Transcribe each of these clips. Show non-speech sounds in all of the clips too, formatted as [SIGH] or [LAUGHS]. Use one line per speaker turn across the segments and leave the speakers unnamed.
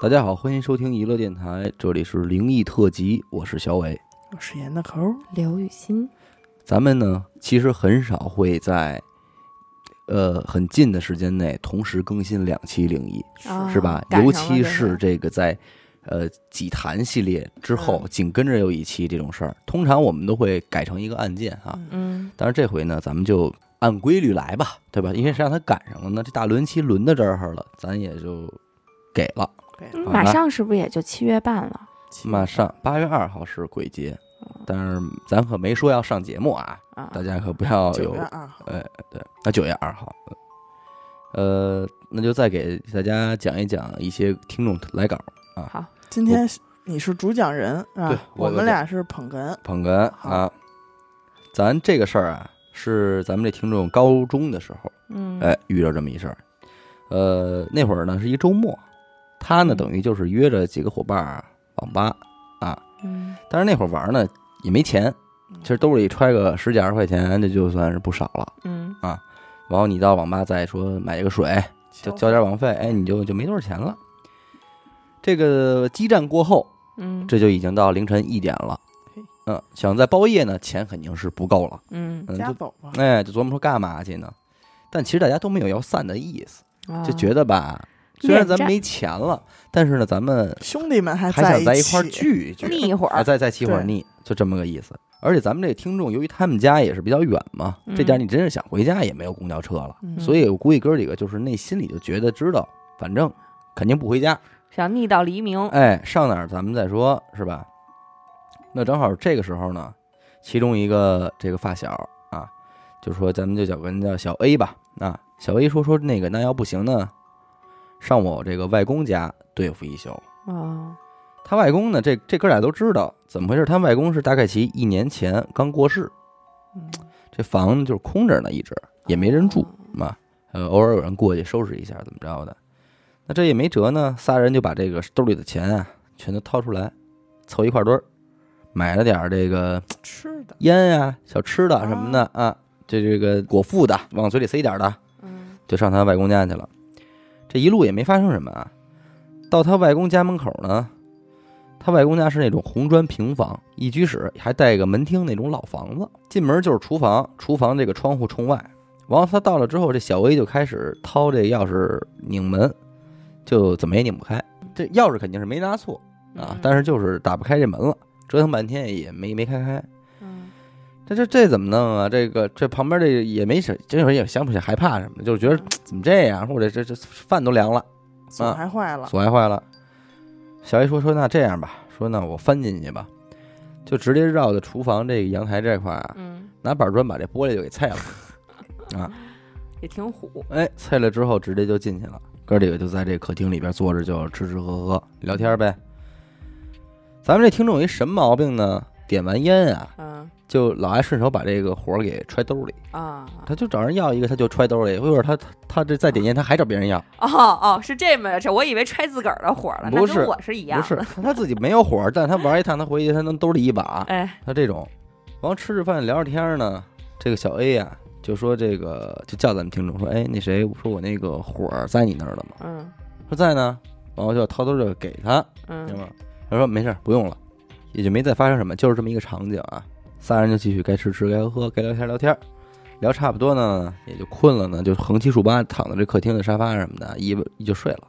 大家好，欢迎收听娱乐电台，这里是灵异特辑，我是小伟。
我是严大抠，
刘雨欣，
咱们呢，其实很少会在呃很近的时间内同时更新两期灵异，
啊
是吧？
赶
尤
上了
其
这
是
个
这个在呃祭坛系列之
嗯
后，紧跟着有一期这种事儿，通常我们都会改成一个案件啊。
嗯，
但是这回呢，咱们就按规律来吧，对吧？因为谁让他赶上了呢？这大轮期轮到这儿了，咱也就给了。
嗯
好
马
那
上是不是也就七月半了？
马上八月二号是鬼节，但是咱可没说要上节目啊，
啊，
大家可不要
九
有
月二号，
哎那九月二号，呃，那就再给大家讲一讲一些听众来稿，
好，
今天是你是主讲人啊，
对我
我
有
们俩是捧哏，
捧哏啊。咱这个事儿啊，是咱们这听众高中的时候，
嗯，
哎，遇到这么一事儿。呃，那会儿呢是一周末，他呢
嗯
等于就是约着几个伙伴儿网吧，
嗯，
但是那会儿玩呢也没钱，其实兜里揣个十几二十块钱，这就算是不少了。
嗯，
然后你到网吧再说买一个水，就交点网费，哎，你就就没多少钱了。这个激战过后，
嗯，
这就已经到凌晨一点了
嘿。
嗯，想再包夜呢，钱肯定是不够了。
嗯，
嗯，
家
就
走吧，
哎，就琢磨说干嘛去呢？但其实大家都没有要散的意思，
啊
嗯就觉得吧，虽然咱
厌战
没钱了，但是呢，咱们
兄弟们还
还想在
一
一块儿
起，
聚一聚，
腻一会
啊，
儿，
再再沏会儿
对
腻，就这么个意思。而且咱们这听众，由于他们家也是比较远嘛，这点
嗯
你真是想回家也没有公交车了，
嗯
所以我估计哥儿几个就是内心里就觉得知道，反正肯定不回家，
想逆到黎明，
哎，上哪儿咱们再说，是吧？那正好这个时候呢，其中一个这个发小啊，就说咱们就叫人叫小 A 吧，啊，小 A 说说那个那要不行呢，上我这个外公家对付一宿。
啊，
他外公呢，这这哥俩都知道怎么回事。他外公是大概其一年前刚过世，
嗯
这房子就是空着呢，一直也没人住嘛。呃，偶尔有人过去收拾一下，怎么着的？那这也没辙呢，仨人就把这个兜里的钱啊，全都掏出来，凑一块堆儿，买了点儿这个
吃的，
烟呀、小吃的什么的啊，这这个果腹的，往嘴里塞点儿的，
嗯，
就上他外公家去了。这一路也没发生什么啊。到他外公家门口呢，他外公家是那种红砖平房，一居室，还带个门厅那种老房子。进门就是厨房，厨房这个窗户冲外。然后他到了之后，这小 A 就开始掏这钥匙拧门，就怎么也拧不开。这钥匙肯定是没拿错啊
嗯，
但是就是打不开这门了，折腾半天也没没开开。
嗯，
这这这怎么弄啊？这个这旁边这也没什，这会儿也想不起来害怕什么的，就是觉
嗯
得怎么这样，或者这这饭都凉了，
锁还坏了，
锁还坏了。小 A 说说那这样吧，说那我翻进去吧，就直接绕到厨房这个阳台这块啊，
嗯，
拿板砖把这玻璃就给拆了。
也挺虎，
哎，拆了之后直接就进去了。哥几个就在这客厅里边坐着，就吃吃喝喝聊天呗。咱们这听众有一什么毛病呢？点完烟啊，
嗯
就老爱顺手把这个火儿给揣兜里。
啊，
他就找人要一个，他就揣兜里。一会儿他他他这再点烟，他还找别人要，
哦哦，是这么回事，我以为揣自个儿的火了，
不
那
是
跟我是一样
不
的，
是他自己没有火，但他玩一趟，他回去他能兜里一把。
哎，
他这种，完吃着饭聊着天呢，这个小 A 啊就说这个就叫咱们听众说，哎，那谁说我那个火在你那儿了吗？
嗯
说在呢，然后就掏兜就给他，行
嗯
吗？他说没事儿，不用了，也就没再发生什么，就是这么一个场景啊。仨人就继续该吃吃，该喝喝，该聊天聊天，聊差不多呢，也就困了呢，就横七竖八躺在这客厅的沙发什么的，一一就睡了。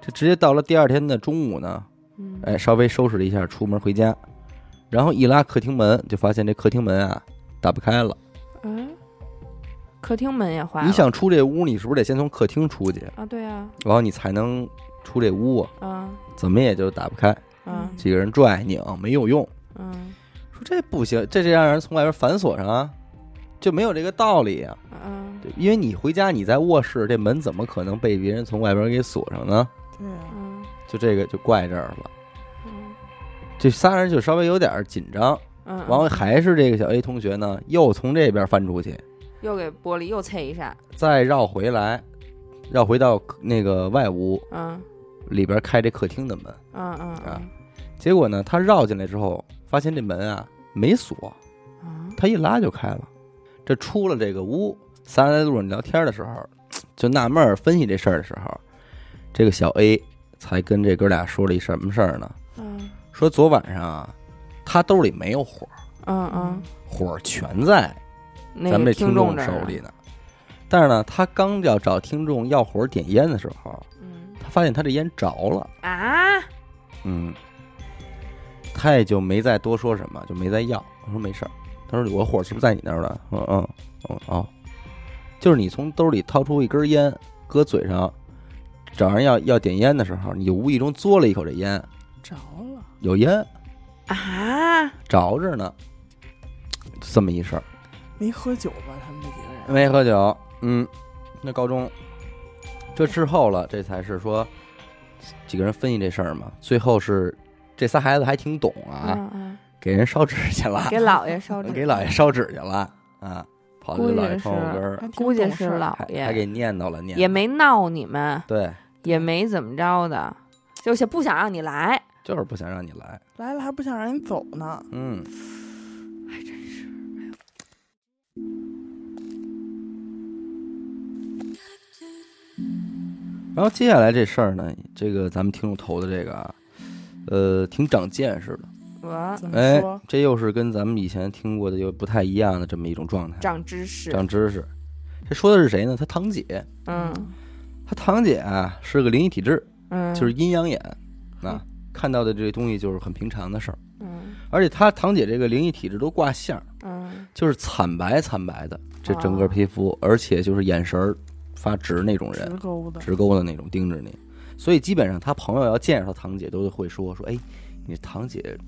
这直接到了第二天的中午呢，
嗯，
哎，稍微收拾了一下，出门回家，然后一拉客厅门，就发现这客厅门啊打不开了。
嗯，客厅门也坏了，
你想出这屋，你是不是得先从客厅出去，
啊，对啊，
然后你才能出这屋啊？
嗯
怎么也就打不开，
嗯
几个人拽拧没有用。
嗯
说这不行，这这让人从外边反锁上啊，就没有这个道理啊。
嗯
对因为你回家你在卧室，这门怎么可能被别人从外边给锁上呢？
对啊，
嗯
就这个就怪这儿了。
嗯
这仨人就稍微有点紧张，
嗯，
然后还是这个小 A 同学呢，又从这边翻出去，
又给玻璃又碎一下，
再绕回来，绕回到那个外屋
嗯
里边开这客厅的门。
嗯嗯
啊结果呢，他绕进来之后，发现这门啊没锁，
嗯
他一拉就开了。这出了这个屋，仨人在路上聊天的时候，就纳闷儿分析这事儿的时候，这个小 A 才跟这哥俩说了一什么事儿呢？
嗯
说昨晚上啊，他兜里没有火，
嗯嗯，
火全在
那
咱们
个
这
听
众
这儿
手
啊
里，呢。但是呢，他刚要找听众要火点烟的时候，
嗯
他发现他这烟着了，
啊，
嗯，他也就没再多说什么，就没再要。我说没事儿，他说我火是不是在你那儿了？我说嗯嗯哦，就是你从兜里掏出一根烟，搁嘴上，找人要要点烟的时候，你就无意中嘬了一口这烟，
着了，
有烟
啊，
着着呢，这么一事儿。
没喝酒吧？他们这几个人，
没喝酒，嗯，那高中，嗯这之后了，这才是说几个人分析这事儿嘛。最后是这仨孩子还挺懂啊，
嗯嗯，
给人烧纸去了，
给姥爷烧纸，
啊给姥爷烧纸去了啊，跑去姥爷窗户根儿，
还挺
估计
懂事
是
儿
姥
还还
爷，
给念叨了念叨，
也没闹你们，
对，
也没怎么着的，就是不想让你来，
就是不想让你来，
来了还不想让人走呢。
嗯，
还真是。
然后接下来这事儿呢，这个咱们听众投的这个啊，呃，挺长见识的，
我
怎么
哎
说？，
这又是跟咱们以前听过的又不太一样的这么一种状态，
长知识，
长知识。这说的是谁呢？他堂姐，
嗯
他堂姐啊是个灵异体质，
嗯，
就是阴阳眼，啊，看到的这东西就是很平常的事儿。
嗯
而且她堂姐这个灵异体质都挂相儿，
嗯
就是惨白惨白的，这整个
哦
皮肤，而且就是眼神儿发直那种人
直，勾的，
直勾的那种盯着你。所以基本上他朋友要见着他堂姐，都会说说，哎，你堂姐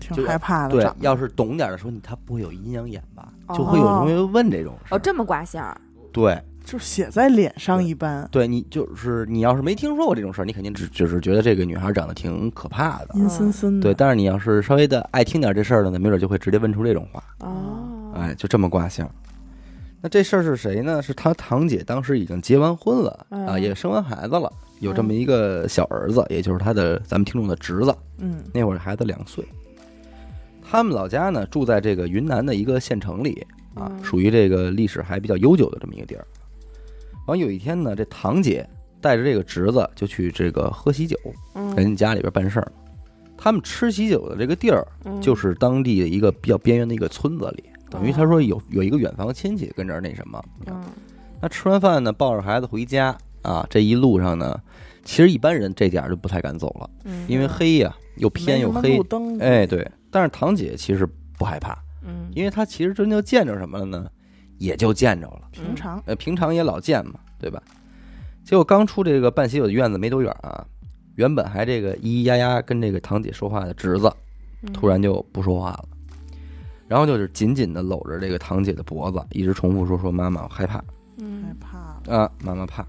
就
挺害怕的
对
长，得。
要是懂点儿的说你她不会有阴阳眼吧？就会有同学问这种事
哦，
儿。
这么挂线儿，
对
就写在脸上一般，
对，你就是你要是没听说过这种事儿，你肯定只只是觉得这个女孩长得挺可怕的。
阴森
嗯
森
对，
的。
但是你要是稍微的爱听点这事儿的呢，没准就会直接问出这种话。
哦，
哎，就这么挂相。那这事儿是谁呢？是他堂姐当时已经结完婚了啊，
嗯
也生完孩子了，有这么一个小儿子，也就是他的咱们听众的侄子。
嗯
那会儿孩子两岁。他们老家呢住在这个云南的一个县城里啊，
嗯
属于这个历史还比较悠久的这么一个地儿。完有一天呢，这堂姐带着这个侄子就去这个喝喜酒，
嗯
人家家里边办事儿。他们吃喜酒的这个地儿
嗯，
就是当地的一个比较边缘的一个村子里，等于他
哦
说有有一个远房亲戚跟这儿那什么。
嗯
那吃完饭呢，抱着孩子回家啊，这一路上呢，其实一般人这点儿就不太敢走了，
嗯，
因为黑呀、又偏
没
又
什么
黑
路，灯，
哎，对。但是堂姐其实不害怕，
嗯
因为她其实真就见着什么了呢，也就见着了，
嗯
平常
呃，平常也老见嘛，对吧？结果刚出这个办喜酒的院子没多远啊，原本还这个咿咿呀呀跟这个堂姐说话的侄子，
嗯
突然就不说话了，然后就是紧紧的搂着这个堂姐的脖子，一直重复说说妈妈我害怕
害
嗯
怕了，
啊，妈妈怕。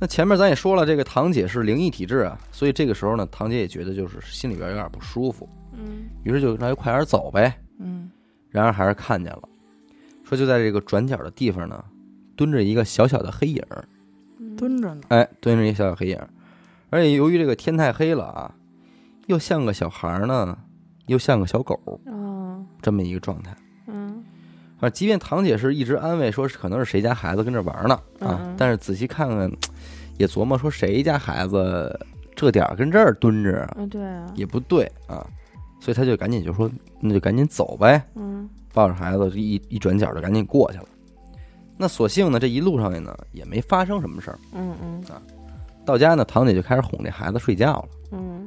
那前面咱也说了，这个堂姐是灵异体质啊，所以这个时候呢，堂姐也觉得就是心里边有点不舒服，
嗯
于是就那就快点走呗。
嗯，
然而还是看见了，说就在这个转角的地方呢，蹲着一个小小的黑影儿，
嗯
蹲着呢，
哎，蹲着一个小小黑影儿，而且由于这个天太黑了啊，又像个小孩儿呢，又像个小狗儿
哦
这么一个状态。
嗯
啊，即便堂姐是一直安慰说是可能是谁家孩子跟这玩呢啊，
嗯嗯
但是仔细看看，也琢磨说谁家孩子这点儿跟这儿蹲着啊
嗯对啊
也不对啊，所以他就赶紧就说那就赶紧走呗，
嗯
抱着孩子一一转角就赶紧过去了。那所幸呢，这一路上呢也没发生什么事儿。
嗯嗯
到家呢，堂姐就开始哄这孩子睡觉了，
嗯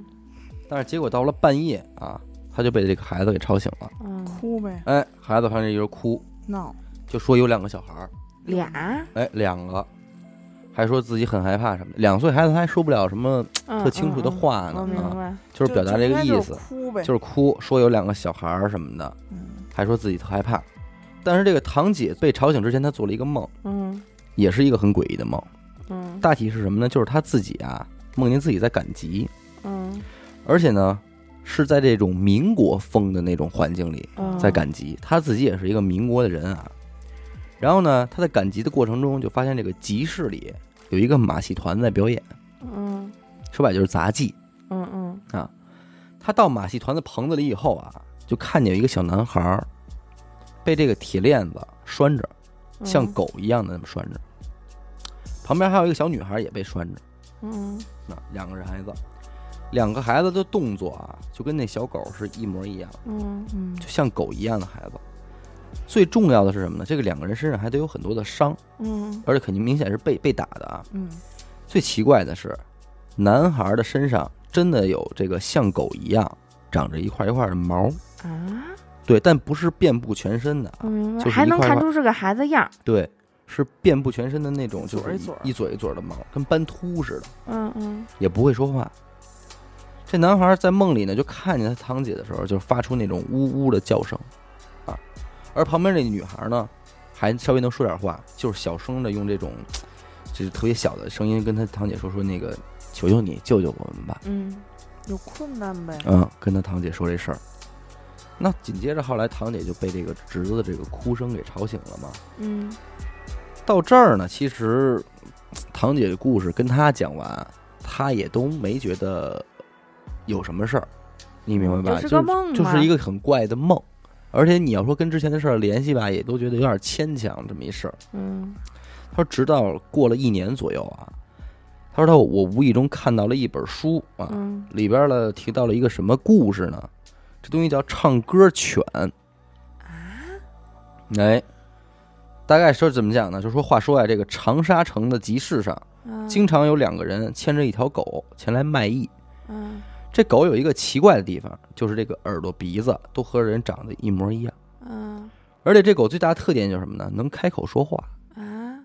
但是结果到了半夜啊，她就被这个孩子给吵醒了。
嗯
哭呗，
哎，孩子反正就是哭，
闹，
就说有两个小孩儿。
俩
哎，两个，还说自己很害怕什么的。两岁孩子他还说不了什么特
特
清楚的话呢
我，明
啊，
白
就是表达这个意思，
哭呗，
就是哭，说有两个小孩儿什么的，
嗯
还说自己特害怕。但是这个堂姐被吵醒之前，她做了一个梦，
嗯
也是一个很诡异的梦。
嗯
大体是什么呢？就是她自己啊，梦见自己在赶集，
嗯
而且呢，是在这种民国风的那种环境里
嗯
在赶集。她自己也是一个民国的人啊。然后呢，她在赶集的过程中就发现这个集市里有一个马戏团在表演，
嗯
说白了就是杂技。
嗯嗯
他到马戏团的棚子里以后啊，就看见有一个小男孩儿被这个铁链子拴着，
嗯
像狗一样的那么拴着。旁边还有一个小女孩也被拴着，
嗯，
那两个人孩子，两个孩子的动作啊，就跟那小狗是一模一样，
嗯
嗯
就像狗一样的孩子。最重要的是什么呢？这个两个人身上还得有很多的伤，
嗯
而且肯定明显是被被打的啊。
嗯
最奇怪的是，男孩的身上真的有这个像狗一样长着一块一块的毛，
啊，
对，但不是遍布全身的，
我明白，
就是
还
一
能
块
看
块
出是个孩子样儿。
对，是遍布全身的那种，
一
就
撮
是
一撮
一撮一撮的毛，跟斑秃似的，
嗯嗯
也不会说话。这男孩在梦里呢，就看见他堂姐的时候，就发出那种呜呜的叫声，啊，而旁边那女孩呢，还稍微能说点话，就是小声的用这种，就是特别小的声音跟他堂姐说说那个，求求你救救我们吧，
嗯，
有困难呗。
嗯，跟他堂姐说这事儿。那紧接着后来堂姐就被这个侄子的这个哭声给吵醒了嘛。
嗯
到这儿呢，其实呃堂姐的故事跟他讲完，他也都没觉得有什么事儿，你明白吧？
就是
就
个梦
就
嘛
是一个很怪的梦，而且你要说跟之前的事儿联系吧，也都觉得有点牵强这么一事儿。
嗯
他说，直到过了一年左右啊，他说他我无意中看到了一本书啊，
嗯
里边呢提到了一个什么故事呢？这东西叫唱歌犬。哎，大概说怎么讲呢？就说话说呀，这个长沙城的集市上，
嗯，
经常有两个人牵着一条狗前来卖艺。
嗯
这狗有一个奇怪的地方，就是这个耳朵、鼻子都和人长得一模一样，
嗯
而且这狗最大的特点就是什么呢？能开口说话。
啊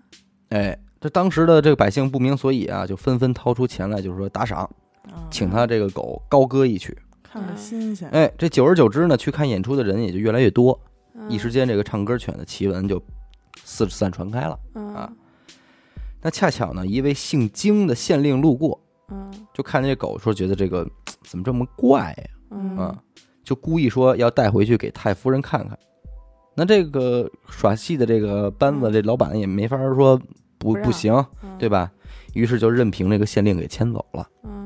哎，这当时的这个百姓不明所以啊，就纷纷掏出钱来，就是说打赏，
啊
嗯请他这个狗高歌一曲。
看看新鲜。
哎，这久而久之呢，去看演出的人也就越来越多，一时
间
间这个唱歌犬的奇闻就四散传开了。啊那恰巧呢，一位姓金的县令路过，
嗯
就看见这狗，说觉得这个怎么这么怪呀、
嗯
啊？就故意说要带回去给太夫人看看。那这个耍戏的这个班子，
嗯
这老板也没法说不
不让
不行，
嗯
对吧？于是就任凭这个县令给牵走了。
嗯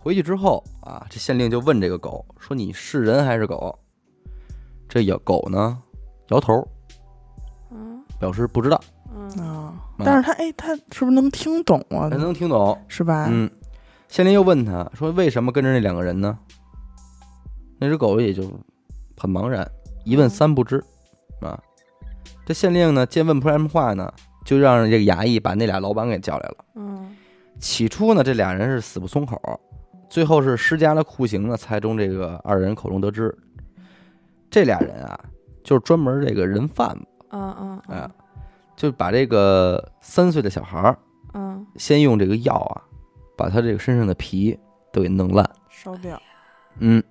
回去之后啊，这县令就问这个狗说：“你是人还是狗？”这咬狗呢，摇头
嗯
表示不知道，
嗯
啊，但是他哎，他是不是能听懂啊
还？哎能听懂。
是吧？
嗯，县令又问他说：“为什么跟着那两个人呢？”那只狗也就很茫然，一问三不知啊。这县令呢，见问不出来什么话呢，就让这个衙役把那俩老板给叫来了。
嗯
起初呢，这俩人是死不松口，最后是施加了酷刑呢，才从这个二人口中得知，这俩人啊，就是专门这个人贩子，
嗯嗯
哎，就把这个三岁的小孩儿
嗯
先用这个药啊，把他这个身上的皮都给弄烂，
烧掉。
嗯，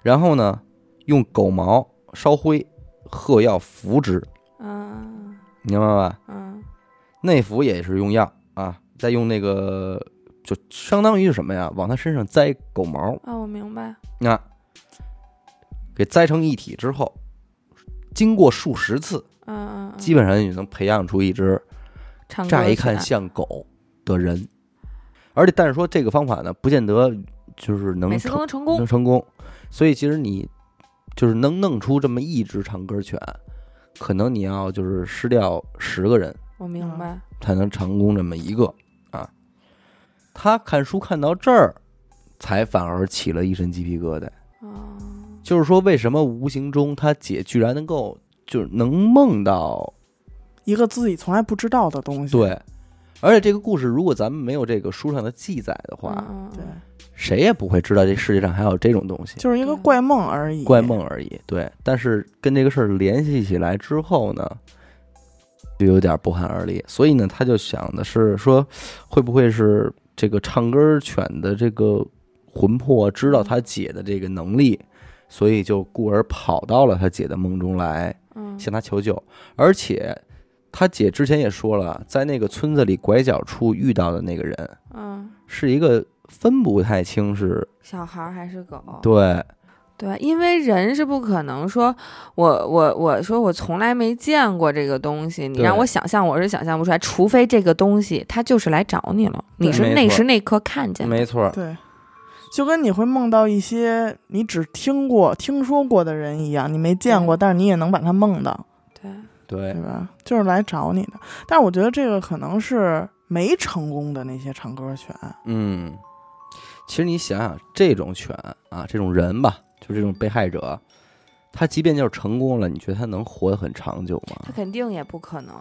然后呢，用狗毛烧灰，喝药服之，
嗯
明白吧？
嗯
内服也是用药啊，再用那个，就相当于是什么呀？往他身上栽狗毛。
啊，我明白。
那、给栽成一体之后，经过数十次，
嗯嗯，
基本上也能培养出一只
本
乍一看像狗的人。而且，但是说这个方法呢，不见得就是能
每次都
成
能成
能
功。
成功，所以其实你就是能弄出这么一只唱歌犬，可能你要就是失掉十个人
我明
嗯
白。
才能成功这么一个啊。他看书看到这儿，才反而起了一身鸡皮疙瘩。
嗯
就是说，为什么无形中他姐居然能够就是能梦到
一个自己从来不知道的东西。
对，而且这个故事如果咱们没有这个书上的记载的话，
嗯
对，
谁也不会知道这世界上还有这种东西，
就是一个怪梦而已。
怪梦而已。对，但是跟这个事儿联系起来之后呢，就有点不寒而栗。所以呢，他就想的是说，会不会是这个唱歌犬的这个魂魄知道他姐的这个能力，所以就故而跑到了他姐的梦中来。
嗯
向他求救，而且他姐之前也说了，在那个村子里拐角处遇到的那个人
嗯，
是一个分不太清是，
小孩儿还是狗？
对，
对，因为人是不可能说，我我我说我从来没见过这个东西，你
对
让我想象，我是想象不出来，除非这个东西它就是来找你了，
对
你是
没
那
错
时那刻看见的。
没错，
对，就跟你会梦到一些你只听过、听说过的人一样，你没见过，但是你也能把他梦到，
对，
对
对，吧？就是来找你的。但是我觉得这个可能是没成功的那些唱歌选，
嗯，其实你想想，这种犬啊，这种人吧，就这种被害者，他即便就是成功了，你觉得他能活得很长久
他
吗？
肯定也不可能。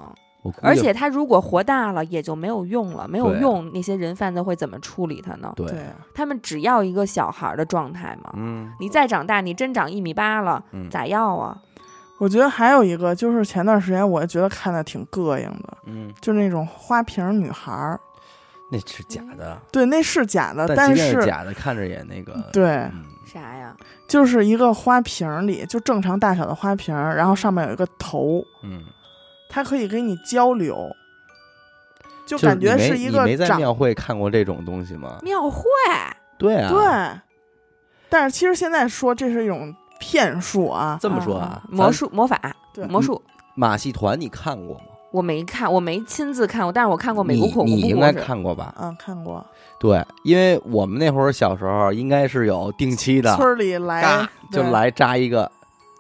我估计
而且他如果活大了，也就没有用了，没有
对
用，那些人贩子会怎么处理他呢？
对，
对啊，
他们只要一个小孩儿的状态嘛。
嗯
你再长大，你真长一米八了，
嗯
咋要啊？
我觉得还有一个就是前段时间我也觉得看的挺膈应的，
嗯，
就那种花瓶女孩儿，
那是假的，
对，那是假的，
但即
呃但
便
是
假的，看着也那个，
对，
嗯
啥呀？
就是一个花瓶儿里就正常大小的花瓶儿，然后上面有一个头，
嗯，
它可以给你交流，就是感觉
你没
是一
你
个
没在
长
庙会看过这种东西吗？
庙会
对啊，
对，但是其实现在说这是一种骗术啊，
这么说啊，咱
魔术魔法
对
魔术，
马戏团你看过吗？
我没看，我没亲自看过，但是我看过美国
你
恐怖故
你
事。
应该看过吧？
嗯，看过
对，因为我们那会儿小时候应该是有定期的，
村儿里来
嘎就
对
来扎一个，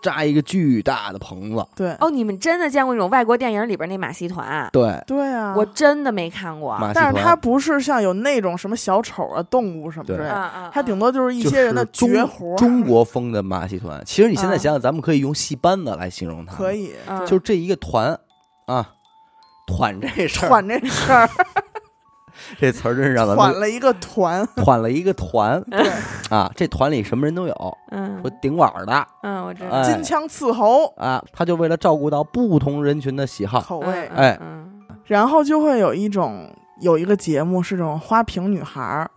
扎一个巨大的棚子。
对
哦，你们真的见过一种外国电影里边那马戏团啊？
对，
对啊，
我真的没看过。
马戏
但
团
是它不是像有那种什么小丑啊、动物什么之类
对
嗯
的，
嗯，
它顶
嗯
多就是一些人的
就是中
绝活儿，
中国风的马戏团。其实你现在
啊
想想，咱们可以用戏班子来形容它，
嗯可，以
嗯
就这一个团啊，团这事儿，
团这
[LAUGHS]
事儿，
这词儿真是让咱
团
们
了一个团，
团了一个团
[LAUGHS] 对，
啊，这团里什么人都有，
嗯
说顶碗儿的
嗯，我知道。
哎
金枪刺猴
啊，他就为了照顾到不同人群的喜好，
口
嗯
味，
哎，
嗯
然后就会有一种有一个节目是这种花瓶女孩儿，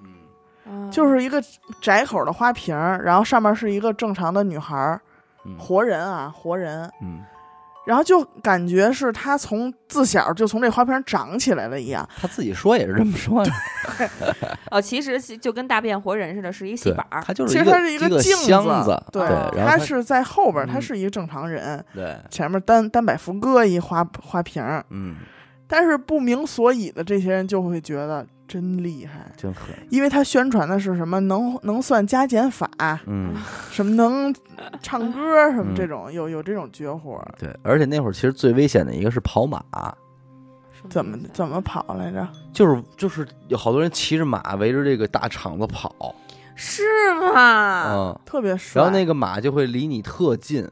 嗯
就
嗯
是一个窄口的花瓶儿，然后上面是一个正常的女孩儿，
嗯
活人啊，活人，
嗯，
然后就感觉是她从自小就从这花瓶儿长起来了一样，
他自己说也是这么说的，
哦，其实是就跟大变活人似的，是一戏
对
板，儿。
他就
其
是一
实她是
一
个镜
箱子，
对，
啊
然后它
她是在后边儿，她
嗯
是一个正常人，
对，
前面单单摆副歌一花花瓶儿，
嗯，
但是不明所以的这些人就会觉得真厉害。
真狠，
因为他宣传的是什么能能算加减法，
嗯。
什么能唱歌，什么
嗯
这种、有有这种绝活儿，
对，而且那会儿其实最危险的一个是跑马，
怎
什么
么啊
意思
怎么跑来着？
就是就是有好多人骑着马围着这个大场子跑，
是吗？
嗯，
特别帅。
然后那个马就会离你特近，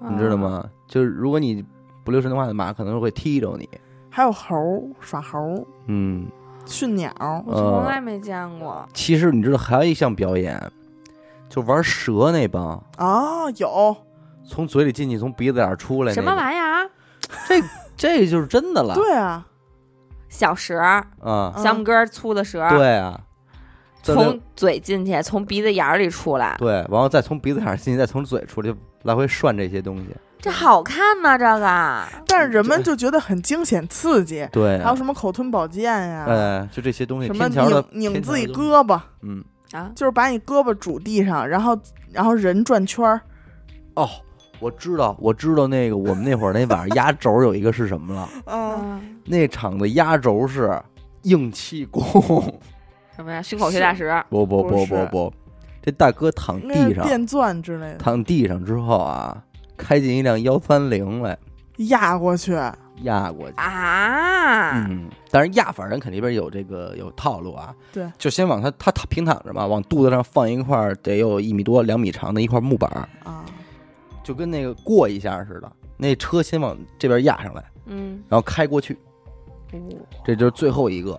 啊
你知道吗？就是如果你不留神的话，马可能会踢着你。
还有猴儿耍猴儿、
嗯，
驯鸟，
我从
呃
来没见过。
其实你知道还有一项表演，就玩蛇那帮，
啊，有
从嘴里进去，从鼻子眼儿出来、那个，
什么玩意儿啊？
这个就是真的了。
对啊，
小蛇儿，
啊、
嗯
小拇哥粗的蛇儿，
对啊，在那
从嘴进去，从鼻子眼儿里出来，
对，然后再从鼻子眼儿进去，再从嘴出来，就来回涮这些东西。
这好看吗？这个
但是人们就觉得很惊险刺激，
嗯对啊、
还有什么口吞宝剑呀、
呃，就这些东西，
啊什么
天桥的
拧拧
天桥
自己
的
胳膊，
嗯，
啊，
就是把你胳膊拄地上，然后然后人转圈儿，
哦，我知道，我知道那个我们那会儿那晚上压轴有一个是什么了，
嗯，
嗯
那场的压轴是硬气功， [LAUGHS]
什么呀？胸口碎大石，
不不
不
不
是
不不，这大哥躺
那是
地上，
电钻之类的
躺地上之后啊，开进一辆幺三零来
压过去，啊
压过去。
啊，
嗯，但是压法人肯定里边有这个有套路啊，
对，
就先往他他他平躺着嘛，往肚子上放一块儿得有一米多两米长的一块木板儿，
啊，
就跟那个过一下似的，那车先往这边压上来，
嗯，
然后开过去，这就是最后一个，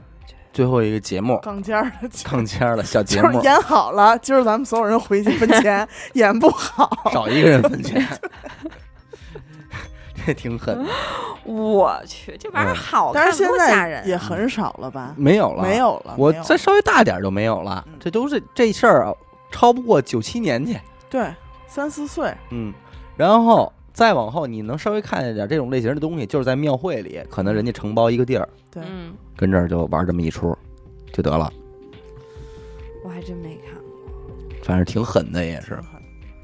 最后一个节
[LAUGHS]
目，
杠尖儿的就
抗签了小节
就是
目，
演好了，今儿咱们所有人回去分钱， [LAUGHS] 演不好，
少一个人分钱， [LAUGHS] 这挺狠的，
我去，这玩意儿
嗯
好看，
但是现
多吓
在
人
也很少了吧？
没有了，
没。有了，
我
没有
再
了嗯
稍微大点儿就没有了，这都是这事儿啊，超不过九七年去，
对三四岁，
嗯，然后再往后你能稍微看见点儿这种类型的东西，就是在庙会里，可能人家承包一个地儿，
对，
嗯，
跟这儿就玩这么一出，就得了，
我还真没看过。
反正挺狠的也
挺
是，
狠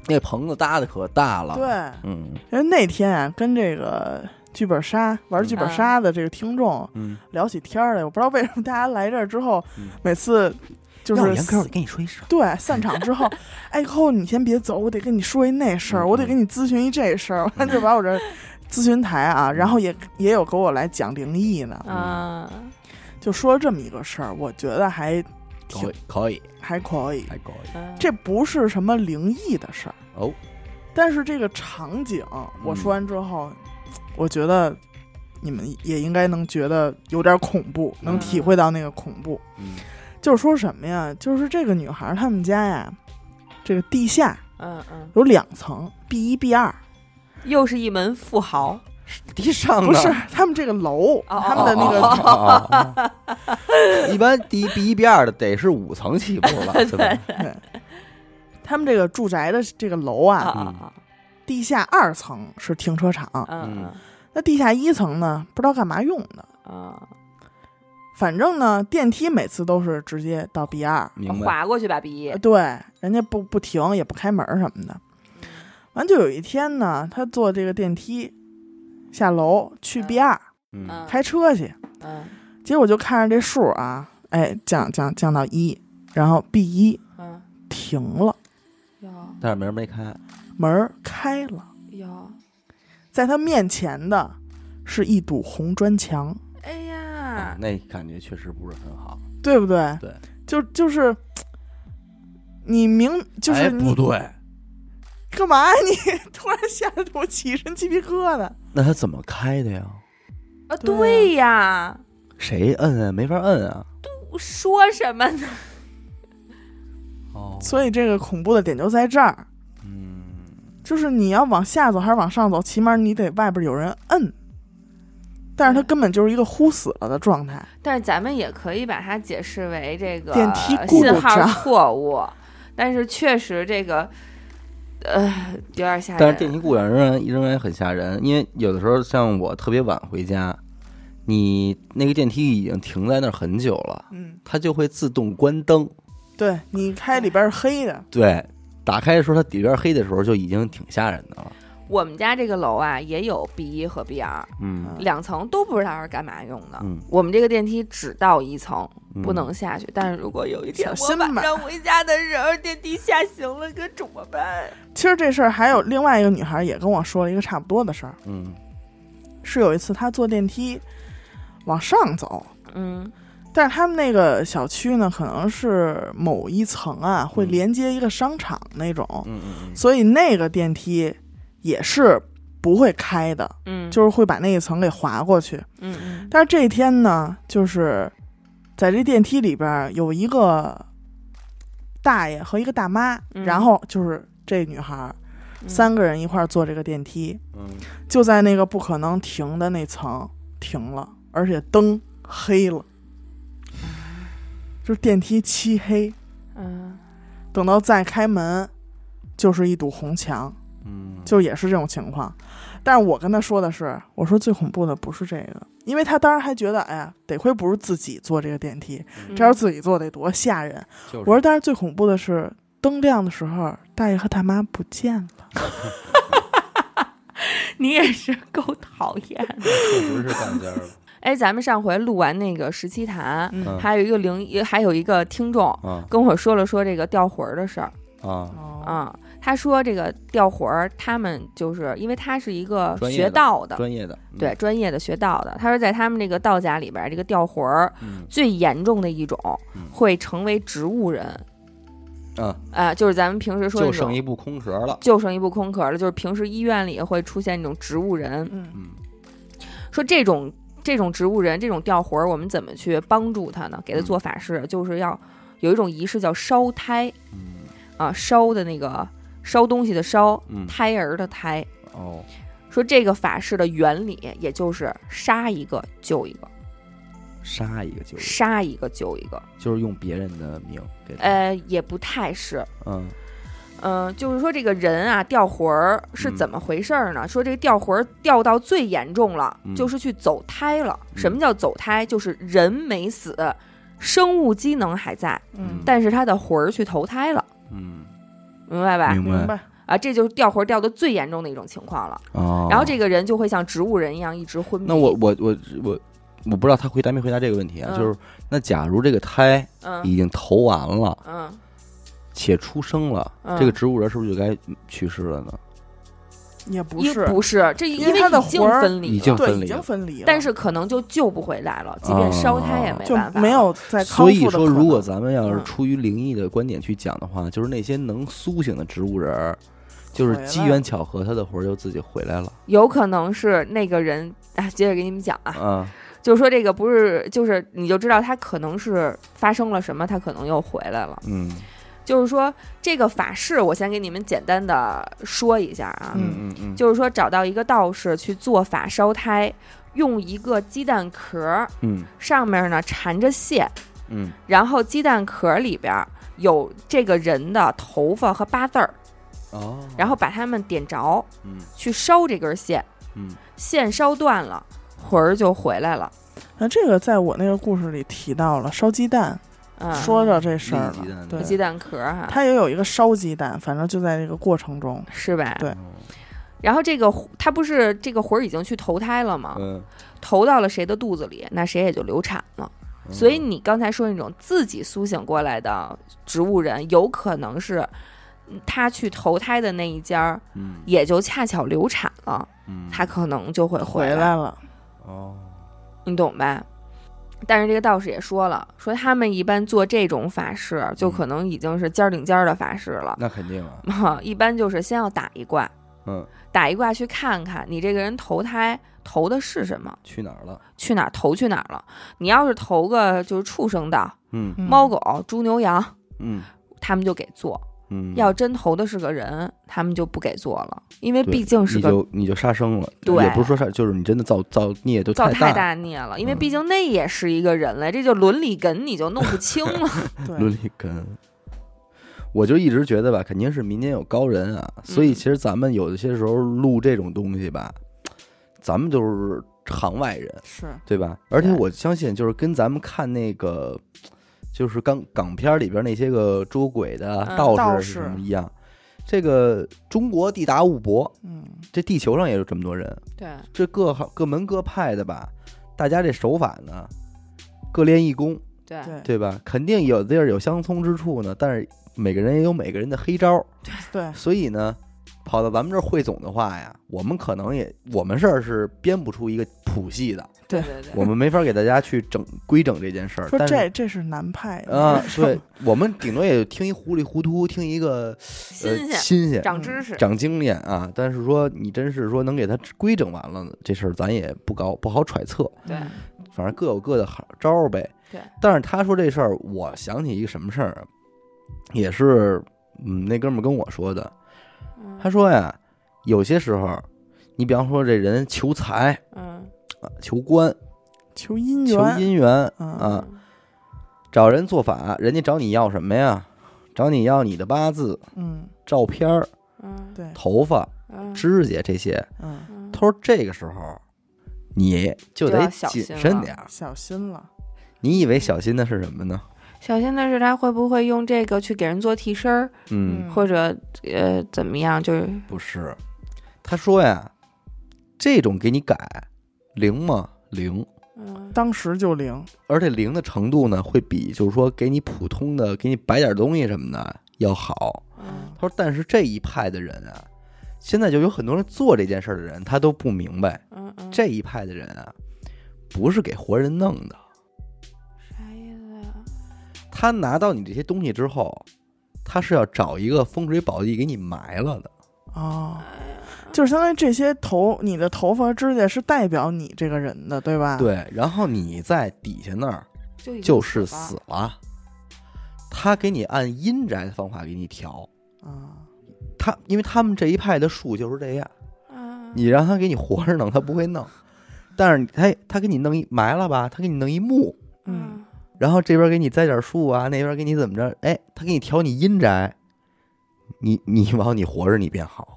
那棚子搭的可大了，
对，，
嗯
因为那天啊，跟这个剧本杀玩剧
嗯
本杀的这个听众
嗯，
聊起天儿来，我不知道为什么大家来这儿之后
嗯，
每次就
要我严哥，我
是
得跟你说一声，
对散场
[LAUGHS]
之后，哎，寇，你先别走，我得跟你说一那事儿，
嗯
我得跟你咨询一这事儿，完就把我这咨询台啊，然后也也有给我来讲灵异呢，
嗯
啊，
就说这么一个事儿，我觉得还
可
挺
以可以
还可以，
还可以
嗯
这不是什么灵异的事儿，
哦，嗯
但是这个场景，我说完之后，我觉得你们也应该能觉得有点恐怖，能体会到那个恐怖。
嗯
就是说什么呀？就是这个女孩儿他们家呀，这个地下
嗯嗯，
有两层，B 一、B 二，
又是一门富豪，
地上呢啊
不是他们这个楼，
哦
他们的那个
个。啊一般第一第一、第二的得是五层起步了，对吧？
[LAUGHS] 他们这个住宅的这个楼
嗯
啊，
哦啊啊
地下二层是停车场，
啊，嗯
那地下一层呢，不知道干嘛用的。
嗯啊，
反正呢，电梯每次都是直接到 B 二，
明白。
划过去吧，比
呃对，人家不不停，也不开门什么的。完，就有一天呢，他坐这个电梯下楼去 B 二
嗯
嗯
开车去，
嗯
结果就看着这数啊，哎，降降降到一，然后 B 一
嗯，
停了，
哟
但是门没开，
门儿开了，
哟，
在他面前的是一堵红砖墙，
哎
嗯
呀，
啊那感觉确实不是很好。
对不对？
对，
就就是你明就是
哎
你、
不对，
干嘛呀你 [LAUGHS] 突然吓得我起一身鸡皮疙瘩。
那他怎么开的呀？
啊，
对啊
对呀，
谁摁啊？没法摁啊！
我说什么呢？ [LAUGHS]
哦，
所以这个恐怖的点就在这儿，
嗯，
就是你要往下走还是往上走，起码你得外边有人摁。但是它
对
根本就是一个呼死了的状态，
但是咱们也可以把它解释为这个
电梯故
信号
障
错误，但是确实这个，呃，有点吓人。
但是电梯故障仍然仍然很吓人，因为有的时候像我特别晚回家，你那个电梯已经停在那儿很久了，
嗯，
它就会自动关灯。
对你开里边是黑的，
对，打开的时候它里边黑的时候就已经挺吓人的了。
我们家这个楼啊，也有 B 一和 B 二，
嗯
两层都不知道是干嘛用的。
嗯，
我们这个电梯只到一层，
嗯
不能下去。但是如果有一天
小
我
心吧
晚上回家的时候电梯下行了，可怎么办？
其实这事儿还有另外一个女孩也跟我说了一个差不多的事儿，
嗯
是有一次她坐电梯往上走，
嗯
但是他们那个小区呢，可能是某一层啊会
嗯
连接一个商场那种，
嗯嗯
所以那个电梯也是不会开的，
嗯，
就是会把那一层给划过去。
嗯嗯
但是这一天呢，就是在这电梯里边儿有一个大爷和一个大妈，
嗯
然后就是这女孩儿
嗯
三个人一块儿坐这个电梯，
嗯
就在那个不可能停的那层停了，而且灯黑了，就是电梯漆黑。
嗯
等到再开门，就是一堵红墙，
嗯，
就也是这种情况。但是我跟他说的是，我说最恐怖的不是这个，因为他当时还觉得，哎呀，得亏不是自己坐这个电梯，
嗯
这要是自己坐得多吓人。
就
我说，但是最恐怖的是，灯亮的时候，大爷和大妈不见了。
[LAUGHS] 你也是够讨厌的。
确实是干尖 [LAUGHS] 了。
哎，咱们上回录完那个十七谈，
嗯
还有一个灵异，还有一个听众
啊
跟我说了说这个掉魂儿的事儿
啊，
哦，
啊、他说这个掉魂儿，他们就是因为他是一个
专业的
学道的，
专嗯业的，
对专业的学道的，他说在他们这个道家里边儿，这个掉魂儿
嗯
最严重的一种
嗯
会成为植物人，
嗯啊，
啊、就是咱们平时说
就
那
剩
种
一部空壳了。
就剩一部空壳了，就是平时医院里会出现那种植物人，
嗯，
嗯
说这种这种植物人，这种掉魂儿，我们怎么去帮助他呢？给他
嗯
做法事，就是要有一种仪式叫烧胎
嗯
啊，烧的那个烧东西的烧，
嗯，
胎儿的胎。
哦，
说这个法事的原理，也就是杀一个救一个，
杀一个就
杀一个救一个。
就是用别人的命给他，
呃，也不太是，
嗯
嗯、就是说这个人啊掉魂儿是
嗯
怎么回事儿呢？说这个掉魂儿掉到最严重了，
嗯
就是去走胎了。
嗯
什么叫走胎？就是人没死，生物机能还在，
嗯，
但是他的魂儿去投胎了，
嗯，
明白吧？
明
明
白
白。
啊，这就是掉魂儿掉的最严重的一种情况了。
哦。
然后这个人就会像植物人一样一直昏迷。
那我我我我我不知道他回答没回答这个问题啊，
嗯
就是那假如这个胎
嗯
已经投完了
嗯，
且出生了，
嗯
这个植物人是不是就该去世了呢？
也不
因
是，
不是这因
因为他的
已经
魂儿
分离
已
了
经
对，
分离
已经
了
分离了，
但是可能就救不回来了，即便烧它也
哦
没
就
办法，
没。有再康
所以
复的
说，
可
如果
能。
咱们要是
嗯
出于灵异的观点去讲的话，就是那些能苏醒的植物人儿，就
回
是
来
机缘巧合，他的魂儿就自己回来了
有可能是那个人啊，接着给你们讲啊，
啊。
就是说这个不是，就是你就知道他可能是发生了什么，他可能又回来了。
嗯
就是说这个法事，我先给你们简单的说一下啊，
嗯嗯嗯，
就是说找到一个道士去做法烧胎，用一个鸡蛋壳儿
嗯
上面呢缠着线，
嗯
然后鸡蛋壳里边儿有这个人的头发和八字儿，
哦，
然后把它们点着
嗯
去烧这根线，
嗯
线烧断了，魂儿就回来了。
那这个在我那个故事里提到了烧鸡蛋，
嗯，
说到这事儿
立嗯鸡蛋
了，对，
鸡蛋壳儿哈，
它也有一个烧鸡蛋，反正就在这个过程中，
是吧？
对
然后这个他不是这个魂儿已经去投胎了吗？
嗯，
投到了谁的肚子里，那谁也就流产了。
嗯
所以你刚才说那种自己苏醒过来的植物人，有可能是嗯他去投胎的那一家儿
嗯
也就恰巧流产了，
嗯
他可能就会回
回
来，
来了。
哦
你懂吧？但是这个道士也说了，说他们一般做这种法事，
嗯
就可能已经是尖儿顶尖儿的法事了。
那肯定啊，
哈， [LAUGHS] 一般就是先要打一卦，
嗯，
打一卦去看看你这个人投胎投的是什么，
去哪儿了？
去哪儿投去哪儿了。你要是投个就是畜生道、
嗯
嗯
猫狗、猪牛羊，
嗯
他们就给做；
嗯，
要真投的是个人，他们就不给做了，因为
对
毕竟是
你
个
就你就杀生了，
对
也不是说杀，就是你真的造造孽都
造太
大，嗯
大孽了，因为毕竟那也是一个人类，这就伦理梗你就弄不清了。
伦
对，
理根。我就一直觉得吧，肯定是民间有高人啊，所
嗯
以其实咱们有一些时候录这种东西吧，咱们就是行外人，
是
对吧？而且
对
我相信，就是跟咱们看那个，就是港港片儿里边那些个捉鬼的
嗯
道
道
士
士
什么一样，这个中国地大物博，
嗯，
这地球上也有这么多人，
[LAUGHS] 对，
这各行各门各派的吧，大家这手法呢，各练一功，
对
对
对吧？肯定有地儿有相通之处呢，但是每个人也有每个人的黑招儿，
对，
所以呢，跑到咱们这儿汇总的话呀，我们可能也我们这儿是编不出一个谱系的，
对
对
对对，
我们没法给大家去整规整这件事儿。
说
但是
这这是南派
啊、
是吧
对，我们顶多也听一糊里糊涂，听一个呃
新鲜，
新鲜，
长知识，
长经验啊。但是说你真是说能给它规整完了，这事儿咱也不高不好揣测，
对
嗯
反正各有各的好招儿呗。
对。
但是他说这事儿，我想起一个什么事儿啊，也是嗯，那哥们儿跟我说的，
嗯
他说呀，有些时候。你比方说，这人求财、
嗯
啊求官、
求姻
求
缘，
姻缘
嗯
啊，找人做法，人家找你要什么呀？找你要你的八字、
嗯，
照片儿、
嗯
对，
头发、
嗯
指甲这些。
嗯，
嗯
他说这个时候，你就
就
得
要小
谨
心
慎
了
点儿。
小心了，
你以为小心的是什么呢？嗯
小心的是他会不会用这个去给人做替身儿，
嗯，
或者呃怎么样，就是
不是。他说呀，这种给你改灵吗？灵，
嗯
当时就灵，
而且灵的程度呢，会比就是说给你普通的给你摆点东西什么的要好。
嗯
他说，但是这一派的人啊，现在就有很多人做这件事儿的人，他都不明白。
嗯嗯，
这一派的人啊，不是给活人弄的。
啥意思啊呀？
他拿到你这些东西之后，他是要找一个风水宝地给你埋了的。
哦，
哎
就是相当于这些头，你的头发、指甲是代表你这个人的，对吧？，啊
对，然后你在底下那儿
就已经
就是
了
死了。他给你按阴宅的方法给你调，
啊，
他因为他们这一派的术就是这样，
嗯
你让他给你活着弄，他不会弄。但是你他他给你弄一埋了吧，他给你弄一墓，
嗯，
然后这边给你栽点树啊，那边给你怎么着？哎，他给你调你阴宅，你你往你活着你变好。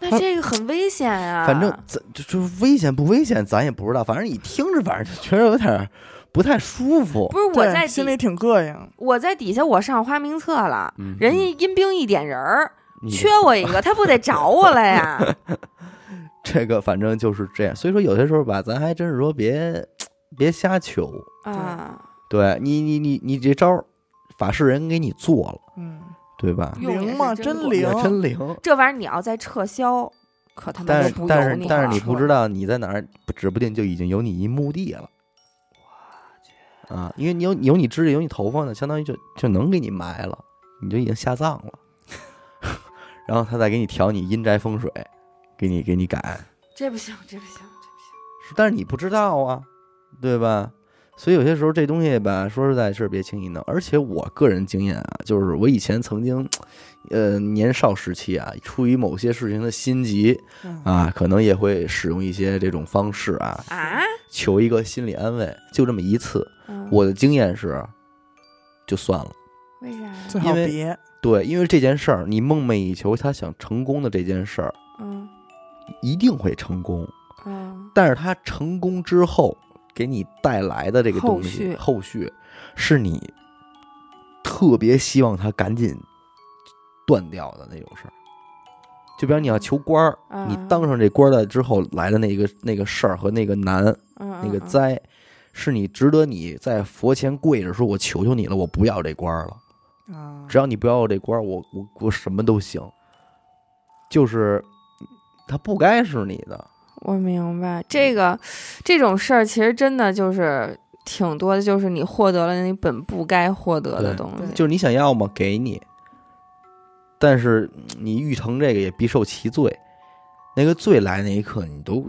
那这个很危险啊呀。
反正咱就就是危险不危险，咱也不知道。反正你听着，反正就觉得有点儿不太舒服
不。是我
对
在
心
底
里，挺膈应，
我在底下，我上花名册了，
嗯
人家阴兵一点人儿，
你
缺
[LAUGHS]
我一个，他不得找我来呀？
这个，反正就是这样。所以说，有些时候吧，咱还真是说别别瞎求。
啊，
对你，你你你这招儿，法事人给你做了，
嗯，
对吧？
用也
灵
是
吗？
真
真
过
灵
也，真灵。
这玩意儿你要再撤销，可他妈
但
就是不
但
由
是
你
但是
了
你不知道你在哪儿，不指不定就已经有你一墓地了。啊，因为你有有你指甲有你头发呢，相当于就就能给你埋了，你就已经下葬了。 [LAUGHS] 然后他再给你调你阴宅风水，给你给你改，
这不行，这不行，这不行。
但是你不知道啊，对吧？所以有些时候这东西吧，说实在是别轻易弄。而且我个人经验啊，就是我以前曾经，呃，年少时期啊，出于某些事情的心急
嗯
啊，可能也会使用一些这种方式啊，
啊？
求一个心理安慰。就这么一次，
嗯
我的经验是，就算了。
为啥呀？
最好
因为
别。
对，因为这件事儿，你梦寐以求他想成功的这件事儿，
嗯
一定会成功。
嗯
但是它成功之后给你带来的这个东西，后续是你特别希望它赶紧断掉的那种事儿。就比方你要求官儿，
嗯
你当上这官儿了之后来的那个那个事儿和那个难、
嗯
那个
嗯
灾，是你值得你在佛前跪着说：“我求求你了，我不要这官儿了。”
啊，
只要你不要我这官儿，我我我什么都行。就是它不该是你的，
我明白这个这种事儿，其实真的就是挺多的，就是你获得了你本不该获得的
对
东西。
就是你想要吗？给你，但是嗯你欲成这个也必受其罪。那个罪来那一刻，你都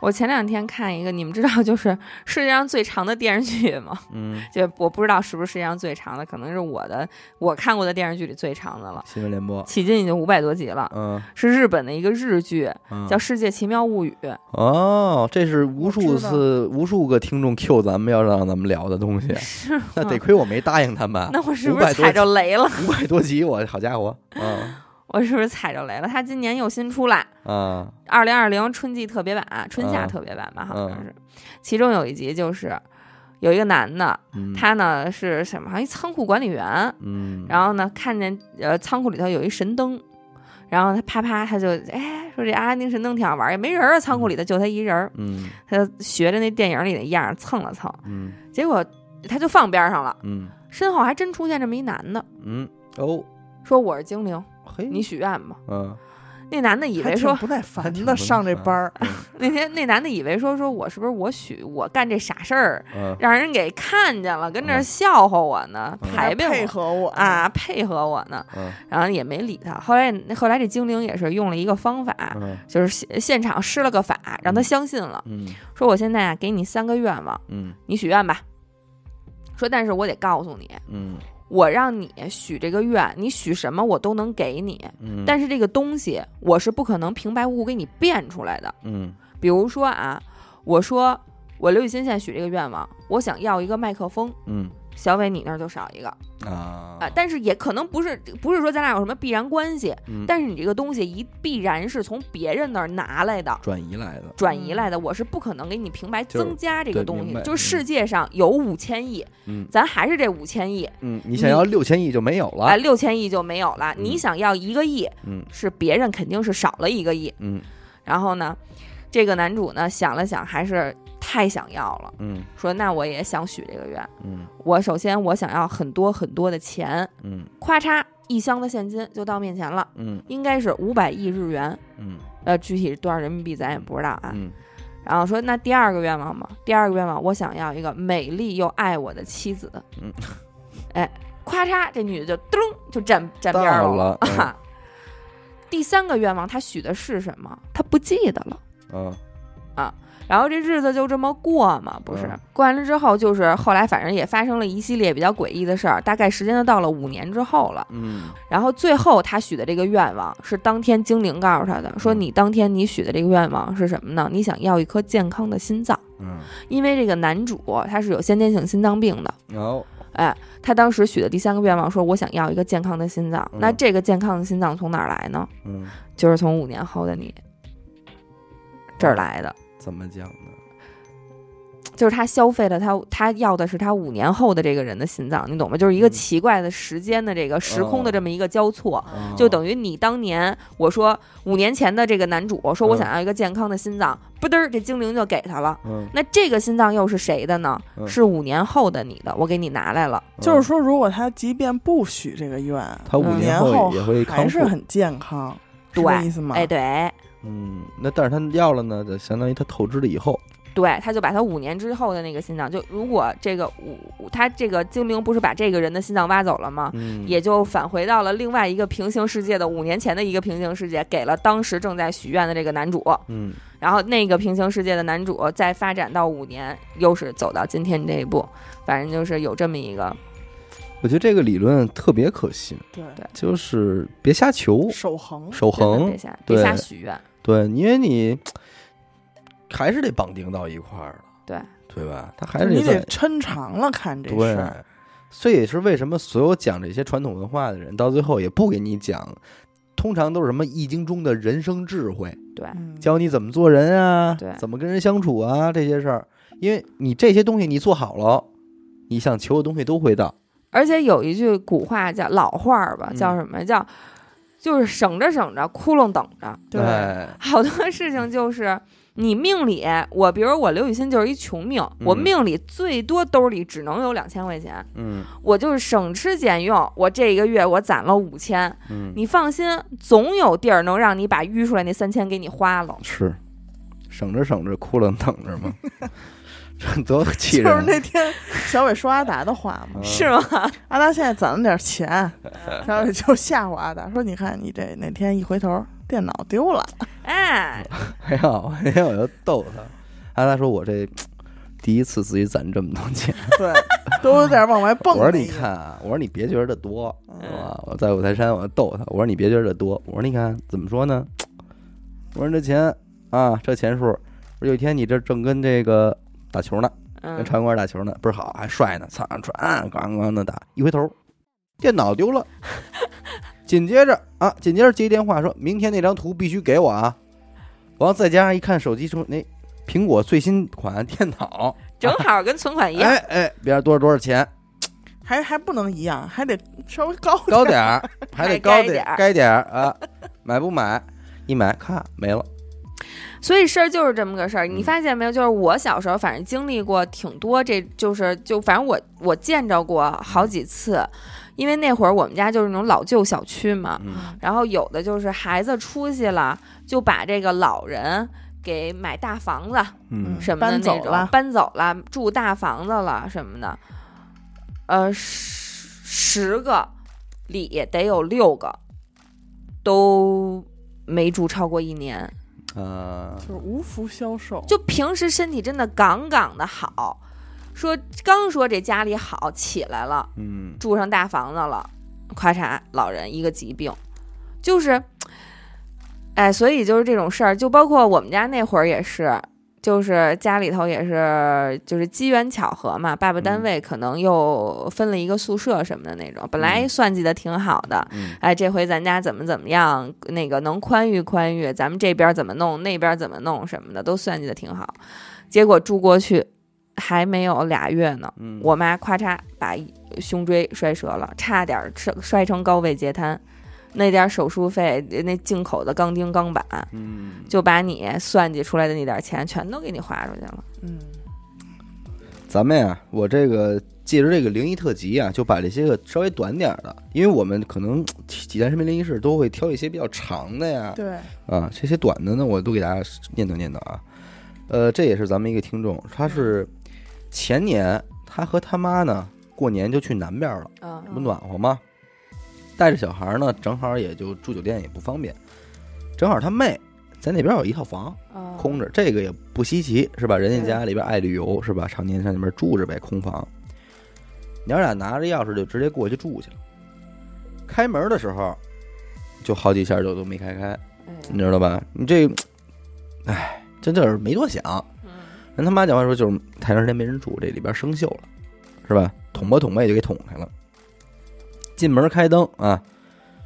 我前两天看一个，你们知道就是世界上最长的电视剧吗？
嗯，
就我不知道是不是世界上最长的，可能是我的我看过的电视剧里最长的了。
新闻联播，
迄今已经五百多集了，
嗯，
是日本的一个日剧，
嗯
叫《世界奇妙物语》。
哦，这是无
我
数
知道
次、无数个听众 Q 咱们要让咱们聊的东西，
[LAUGHS] 是
那得亏我没答应他们。
那我是不
500
是
多
踩着雷了？
五百多集，我好家伙，啊
我是不是踩着雷了？它今年又新出来，
啊，
二零二零春季特别版、春夏
嗯
特别版吧，好
嗯
像是。其中有一集就是有一个男的，
嗯，
他呢是什么？好像一仓库管理员，
嗯，
然后呢看见呃仓库里头有一神灯，然后他啪啪他就哎说这阿拉丁神灯挺好玩儿，也没人儿啊，仓库里头就他一人儿，
嗯
他就学着那电影里的样儿蹭了蹭，
嗯
结果他就放边上了，
嗯
身后还真出现这么一男的，
嗯，哦，
说我是精灵，
嘿，
你许愿吧。
嗯，
那男的以
还
为
挺
说
不耐
还
烦
挺
的，
不耐
上这
烦
班儿，
那天那男的以为说说我是不是我许我干这傻事儿，
嗯
让人给看见了，跟这儿
嗯
笑话我呢，
嗯
排
还
病
配
我
合我
啊，，配合我呢，
嗯
然后也没理他。后来后来这精灵也是用了一个方法，
嗯
就是现现场施了个法，让他相信了，
嗯
说我现在啊给你三个愿望，
嗯
你许愿吧。说但是我得告诉你，
嗯
我让你许这个愿，你许什么我都能给你，
嗯，
但是这个东西我是不可能平白无故给你变出来的。
嗯
比如说啊，我说我刘雨欣现在许这个愿望，我想要一个麦克风，
嗯
小伟你那儿就少一个
啊
啊。但是也可能不是不是说咱俩有什么必然关系，
嗯
但是你这个东西一必然是从别人那儿拿来的。
转移来的，
转移来的，我是不可能给你平白
嗯就是
增加这个
对
东西
明
的。
白
就是世界上有五千亿，
嗯
咱还是这五千亿，
嗯，你想要六千亿就没有
哎，
了，
六千亿就没有了。
嗯
你想要一个亿，
嗯
是别人肯定是少了一个亿。
嗯
然后呢，这个男主呢想了想，还是太想要了，
嗯
说那我也想许这个愿。
嗯
我首先我想要很多很多的钱，
嗯
咔嚓一箱的现金就到面前了，
嗯
应该是五百亿日元，
嗯
呃，具体是多少人民币咱也不知道啊。
嗯
然后说那第二个愿望嘛，第二个愿望我想要一个美丽又爱我的妻子。
嗯，
[LAUGHS] 哎，咔嚓，这女的就噔就站站边儿
到
[LAUGHS] 了。
了，
啊第三个愿望她许的是什么？她不记得了。
嗯
然后这日子就这么过嘛，不是？
嗯
过完了之后，就是后来反正也发生了一系列比较诡异的事儿，大概时间就到了五年之后了。
嗯
然后最后他许的这个愿望是当天精灵告诉他的，说
嗯
你当天你许的这个愿望是什么呢？你想要一颗健康的心脏，
嗯，
因为这个男主他是有先天性心脏病的。
然后
哎，他当时许的第三个愿望说：“我想要一个健康的心脏。
嗯
那这个健康的心脏从哪儿来呢？
嗯
就是从五年后的你这儿来的。
怎么讲呢？
就是他消费了他他要的是他五年后的这个人的心脏，你懂吗？就是一个
嗯
奇怪的时间的这个时空的这么一个交错，
哦
就等于你当年我说五年前的这个男主说我想要一个健康的心脏，不嘚儿这精灵就给他了。
嗯，
那这个心脏又是谁的呢？
嗯
是五年后的你的，我给你拿来了。
就是说，如果他即便不许这个愿，
他五
嗯
年
年
后
后
也会康
还是
复
很健康，是
对
这意思吗？
哎，对
嗯，那但是他要了呢，就相当于他透支了以后，
对，他就把他五年之后的那个心脏，就如果这个五他这个精灵不是把这个人的心脏挖走了吗？
嗯，
啊也就返回到了另外一个平行世界的五年前的一个平行世界，给了当时正在许愿的这个男主。
嗯
然后那个平行世界的男主再发展到五年，又是走到今天这一步，反正就是有这么一个
我觉得这个理论特别可信，
对，
就是别瞎求，
守恒，
守
真的
恒
别，瞎别瞎
对
许愿，
对，因为你还是得绑定到一块儿了，
对
对吧？他还
就是是你得
在
抻长了看这
对
事儿。，
这也是为什么所有讲这些传统文化的人，到最后也不给你讲，通常都是什么《易经》中的人生智慧，
对
嗯
教你怎么做人啊，
对
怎么跟人相处啊这些事儿。因为你这些东西你做好了，你想求的东西都会到。
而且有一句古话叫老话儿吧，
嗯
叫什么叫，就是省着省着，窟窿等着。
对
哎
好多事情就是你命里，我比如我刘雨欣就是一穷命，我
嗯
命里最多兜里只能有两千块钱，
[SNIFFS]
嗯
我就是省吃俭用，我这一个月我攒了五千，
嗯，
你放心，总有地儿能让你把淤出来那三千给你花了。
是省着省着，哭了 [LAUGHS] 等着
[LAUGHS]
嘛，这多气
就
人
是
[LAUGHS]
啊！
那天小伟说阿达的话嘛，
是
嗯
吗？
阿达现在攒了点钱，小伟就吓唬阿达说：“你看你这哪天一回头，电脑丢了，
哎，
还 [LAUGHS] 好，还好，我就逗他。阿达说：“我这第一次自己攒这么多钱。”
对，都有点往外
[LAUGHS]
蹦。”
我说你，看啊，我说你别觉得多，
嗯
啊！我在五台山，我就逗他，我说你别觉得多，我说你看怎么说呢？我说这钱啊，这钱数，我说有一天你这正跟这个打球呢，跟
嗯，
长官打球呢，倍儿好，还帅呢，擦穿，咣咣的打，一回头，电脑丢
[LAUGHS]
了。紧接着啊，紧接着接一电话，说明天那张图必须给我啊。完了再加上一看手机说，那苹果最新款电脑，
正好跟存款一样。
哎哎，别人多少多少钱，
还还不能一样，还得稍微高点
高点
[LAUGHS]
儿，还得
还
高
该点
儿
儿
该点儿啊！买不买？一买，咔没了。
所以事儿就是这么个事儿，你
嗯
发现没有？就是我小时候，反正经历过挺多，这就是就反正我我见着过好几次，因为那会儿我们家就是那种老旧小区嘛，
嗯
然后有的就是孩子出息了，就把这个老人给买大房子，
嗯
什么的那
搬
种
走了
搬走了，住大房子了什么的，呃，十十个里得有六个都没住超过一年，
啊
就是无福消受。
就平时身体真的杠杠的好，说刚说这家里好起来了，
嗯
住上大房子了，咔嚓，老人一个疾病，就是，哎，所以就是这种事儿，就包括我们家那会儿也是，就是家里头也是，就是机缘巧合嘛，爸爸单
嗯
位可能又分了一个宿舍什么的那种，本来
嗯
算计的挺好的，
嗯
哎，这回咱家怎么怎么样，那个能宽裕宽裕，咱们这边儿怎么弄，那边儿怎么弄什么的，都算计的挺好。结果住过去还没有俩月呢，
嗯
我妈咔嚓把胸椎摔折了，差点儿摔摔成高位截瘫。那点儿手术费，那进口的钢钉钢板，
嗯
就把你算计出来的那点儿钱全都给你花出去了。
嗯，
咱们呀、我这个借着这个灵异特辑啊，就把这些个稍微短点儿的，因为我们可能济济南身边灵异事都会挑一些比较长的呀，
对，
啊，这些短的呢，我都给大家念叨念叨啊。呃，这也是咱们一个听众，他是前年他和他妈呢过年就去南边了。这不
嗯，
暖和吗？带着小孩儿呢，正好也就住酒店也不方便，正好他妹在那边有一套房空
着，
着，这个也不稀奇是吧？人家
对
家里边爱旅游是吧？常年上那边住着呗，空房。娘俩拿着钥匙就直接过去住去了。开门的时候，就好几下就都没开开，
哎呀
你知道吧？你这，哎，真就是没多想。
嗯
人他妈讲话说，就是太长时间没人住，这里边生锈了，是吧？捅吧捅吧也就给捅开了。进门开灯啊，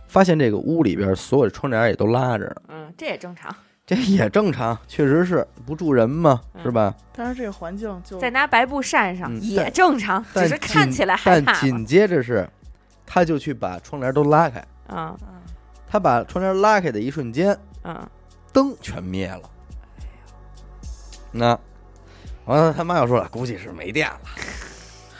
发现这个屋里边所有的窗帘也都拉着呢，
嗯，这也正常。
这也正常，确实是不住人嘛，
嗯
是吧？
但是这个环境就
再拿白布扇上
嗯
也
但
正常，只
但
是看
紧
起来害
但
怕了
紧接着是，他就去把窗帘都拉开。
嗯
嗯
他把窗帘拉开的一瞬间，
嗯，
灯全灭了。那完了，他妈又说了，估计是没电了，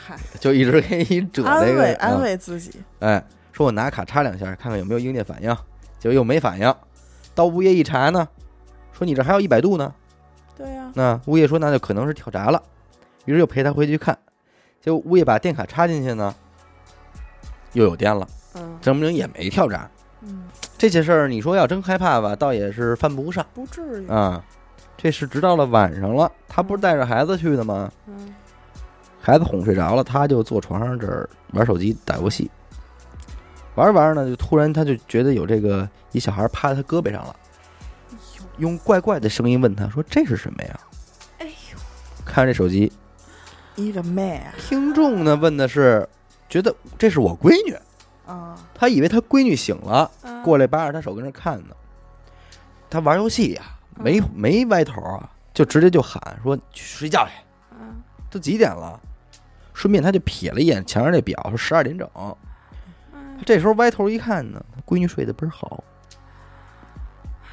嗨，
就一直给你折
安
这
慰
个，
安
嗯
慰自己，
哎，说我拿卡插两下，看看有没有应电反应，结果又没反应。到物业一查呢，说你这还有一百度呢。
对呀，
那物业说那就可能是跳闸了，于是又陪他回去看。结果物业把电卡插进去呢，又有电了，
嗯，
证明也没跳闸。
嗯，
这些事儿你说要真害怕吧，倒也是犯不上。
不至于，
啊，这是直到了晚上了，他不是带着孩子去的吗？
嗯
孩子哄睡着了，他就坐床上这儿玩手机打游戏，玩着玩着呢，就突然他就觉得有这个一小孩趴他胳膊上了，
哎
用怪怪的声音问他说：“这是什么呀？”
哎呦，
看这手机，
一个妹啊
听众呢问的是，觉得这是我闺女，
啊，
他以为他闺女醒了，
嗯，
过来扒着他手跟那看呢。他玩游戏呀、
嗯
没没歪头啊，就直接就喊说：“去睡觉去。”
嗯
都几点了？顺便他就瞥了一眼墙上这表，说十二点整。
嗯
他这时候歪头一看呢，他闺女睡得倍儿好，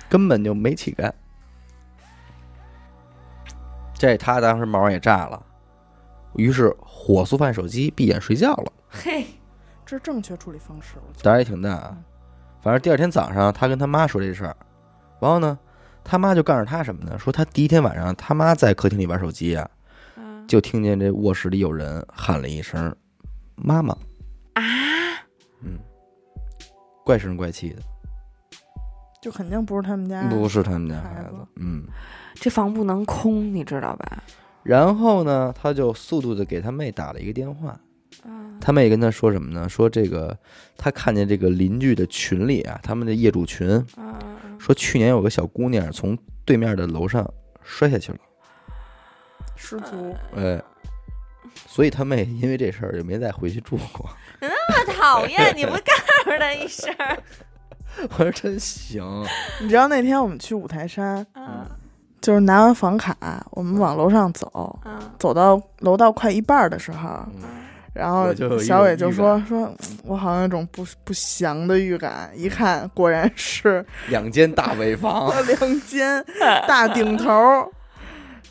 根本就没起干。这他当时毛也炸了，于是火速翻手机，闭眼睡觉了。
嘿，
这是正确处理方式，我觉
胆
得
儿也挺大
嗯
啊。反正第二天早上，他跟他妈说这事儿，然后呢，他妈就告诉他什么呢？说他第一天晚上他妈在客厅里玩手机啊，
嗯
就听见这卧室里有人喊了一声“妈妈”，
啊，
嗯，怪声怪气的，
就肯定不是他们
嗯
家，
不是他们家孩
孩
子
子，
嗯。
这房不能空，你知道吧？
然后呢，他就速度的给他妹打了一个电话，
嗯
他妹跟他说什么呢？说这个他看见这个邻居的群里啊，他们的业主群
嗯
说去年有个小姑娘从对面的楼上摔下去了，
嗯
失足，
哎，所以他妹因为这事儿就没再回去住过。 [LAUGHS]
那么讨厌，你不告诉他一声儿？
我说真行，
你知道那天我们去五台山，
嗯
就是拿完房卡，我们往楼上走，
嗯
走到楼道快一半儿的时候，
嗯
然
我
后
就有一
小
种
伟
预
就说说，嗯我好像有种不不祥的预感，一看果然
[LAUGHS]
是
两间大尾房， [LAUGHS]
两间大顶头儿。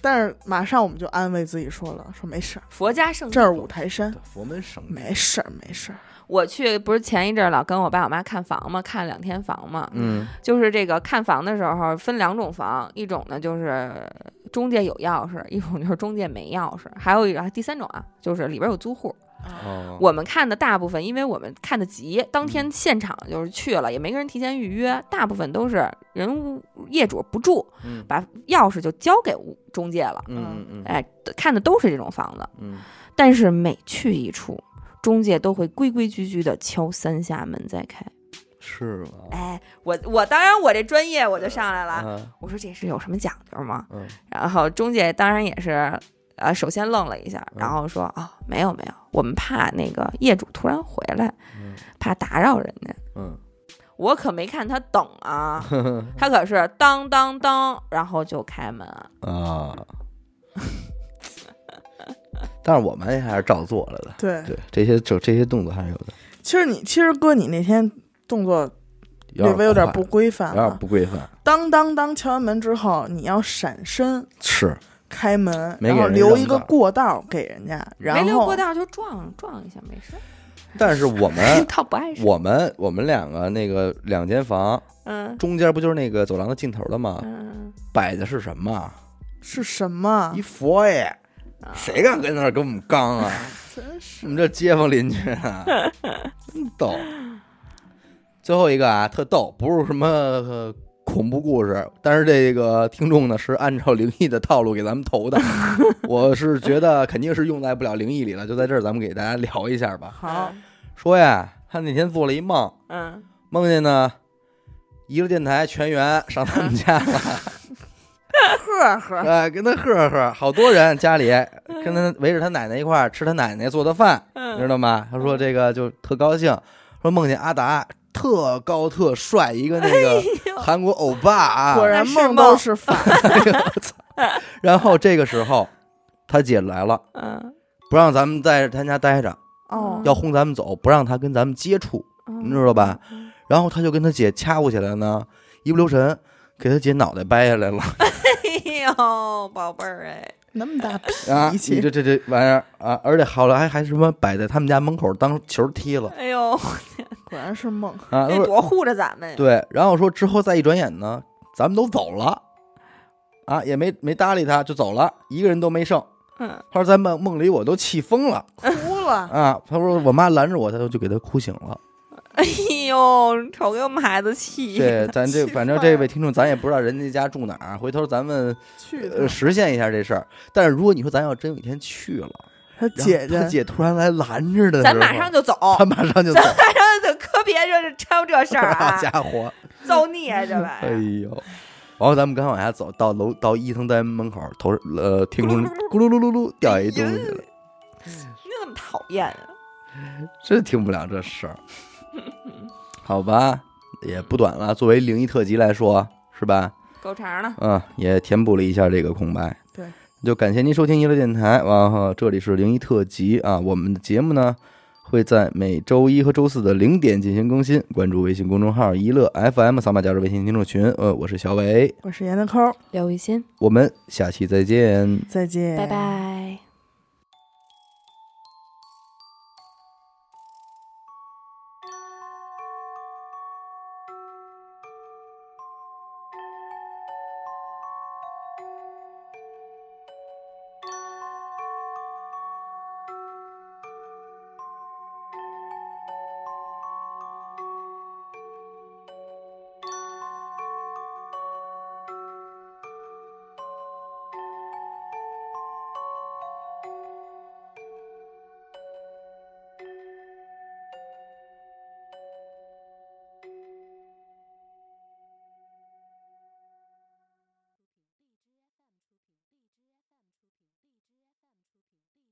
但是马上我们就安慰自己说了，说没事儿，
佛家圣
这
地，
儿五台山，
佛门省
没事儿没事儿。
我去不是前一阵儿老跟我爸我妈看房嘛，看两天房嘛，
嗯
就是这个看房的时候分两种房，一种呢就是中介有钥匙，一种就是中介没钥匙，还有一种第三种啊，就是里边有租户。
哦，
我们看的大部分，因为我们看的急，当天现场就是去了，也没跟人提前预约，大部分都是人屋业主不住，
嗯
把钥匙就交给屋中介了。
嗯嗯嗯
哎，看的都是这种房子，
嗯，
哎
但是每去一处，中介都会规规矩矩的敲三下门再开。
是吧？
哎，我我当然我这专业我就上来了，
啊
我说这是有什么讲究吗？
嗯
然后中介当然也是，呃，首先愣了一下，然后说啊、没有没有，我们怕那个业主突然回来，
嗯
怕打扰人家。
嗯，
我可没看他等 [LAUGHS] 啊，他可是当当当，然后就开门啊。
嗯
啊。但是我们还是照做了的，
对，
对这些就这些动作还是有的，
其实你其实哥你那天动作略微有点
点
不
快
规范啊
有点
了，
不规范，
当当当敲完门之后，你要闪身
是
开门，
没
然
给
后
人
留
让
一个
道
过道给人家，然后
没溜过道就撞撞一下没 [LAUGHS] 事，哎
但是我
哎
[LAUGHS] 们
倒不碍事。
我们我们两个那个两间房
嗯
中间不就是那个走廊的尽头了吗？
嗯，
摆的是什么啊？
是什么
一？佛爷，
啊
谁敢跟那儿跟我们刚啊？
真
我
是
们这街坊邻居啊，真逗。最后一个啊，特逗，不是什么、呃恐怖故事，但是这个听众呢是按照灵异的套路给咱们投的，我是觉得肯定是用在不了灵异里了，就在这儿咱们给大家聊一下吧。
哎
好，
说呀，他那天做了一梦，
嗯
梦见呢，一个电台全员上他们家了，
呵呵。
哎，跟他呵呵，好多人家里
嗯
跟他围着他奶奶一块儿吃他奶奶做的饭，你知
嗯
道吗？他说这个就特高兴，说梦见阿达特高特帅一个那个韩国欧巴啊，
哎果然梦都是反的，
[LAUGHS] 然后这个时候，他姐来了，
嗯，
不让咱们在他家待着，
哦
要轰咱们走，不让他跟咱们接触，
嗯
你知道吧？然后他就跟他姐掐过起来呢，一不留神给他姐脑袋掰下来了
[LAUGHS] 哎呦，宝贝儿哎，
那么大
啊！
脾
你
气，
这这这玩意儿啊，而且好了还还什么摆在他们家门口当球踢了
哎呦，
果然是梦。
啊！
那
都是
多护着咱们呀，
对，然后说之后再一转眼呢，咱们都走了啊，也没没搭理他就走了，一个人都没剩。
嗯，
他说在梦梦里我都气疯了
哭了，
啊！他说我妈拦着我，他就就给他哭醒
[LAUGHS]
了。
哎呦，瞅给我们孩子气
对，
的，
咱这
气
反正
坏
这
了
位听众，咱也不知道人家家住哪儿，回头咱们
去
呃
的
实现一下这事儿。但是如果你说咱要真有一天去了，
他
然后
姐
他
姐
姐突然来拦着的时
咱
候，
马上就走，
他马上就走
咱，马上就可别这掺和这事
[LAUGHS]
儿
好
啊，
家伙，
造孽这玩意
哎
儿。
呦！然后咱们刚往下走到楼到伊藤丹门口，头呃天空咕噜噜噜噜掉一东西了，
你怎么讨厌啊？
真听不了这事儿，好吧，也不短了。作为灵异特辑来说，是吧？
狗肠呢？
嗯，也填补了一下这个空白。
对，
就感谢您收听娱乐电台，然后这里是灵异特辑啊。我们的节目呢会在每周一和周四的零点进行更新，关注微信公众号“一乐 FM”，扫码加入微信听众群。呃，我是小伟，
我是闫德抠，
刘雨欣，
我们下期再见。
再见，
拜。拜。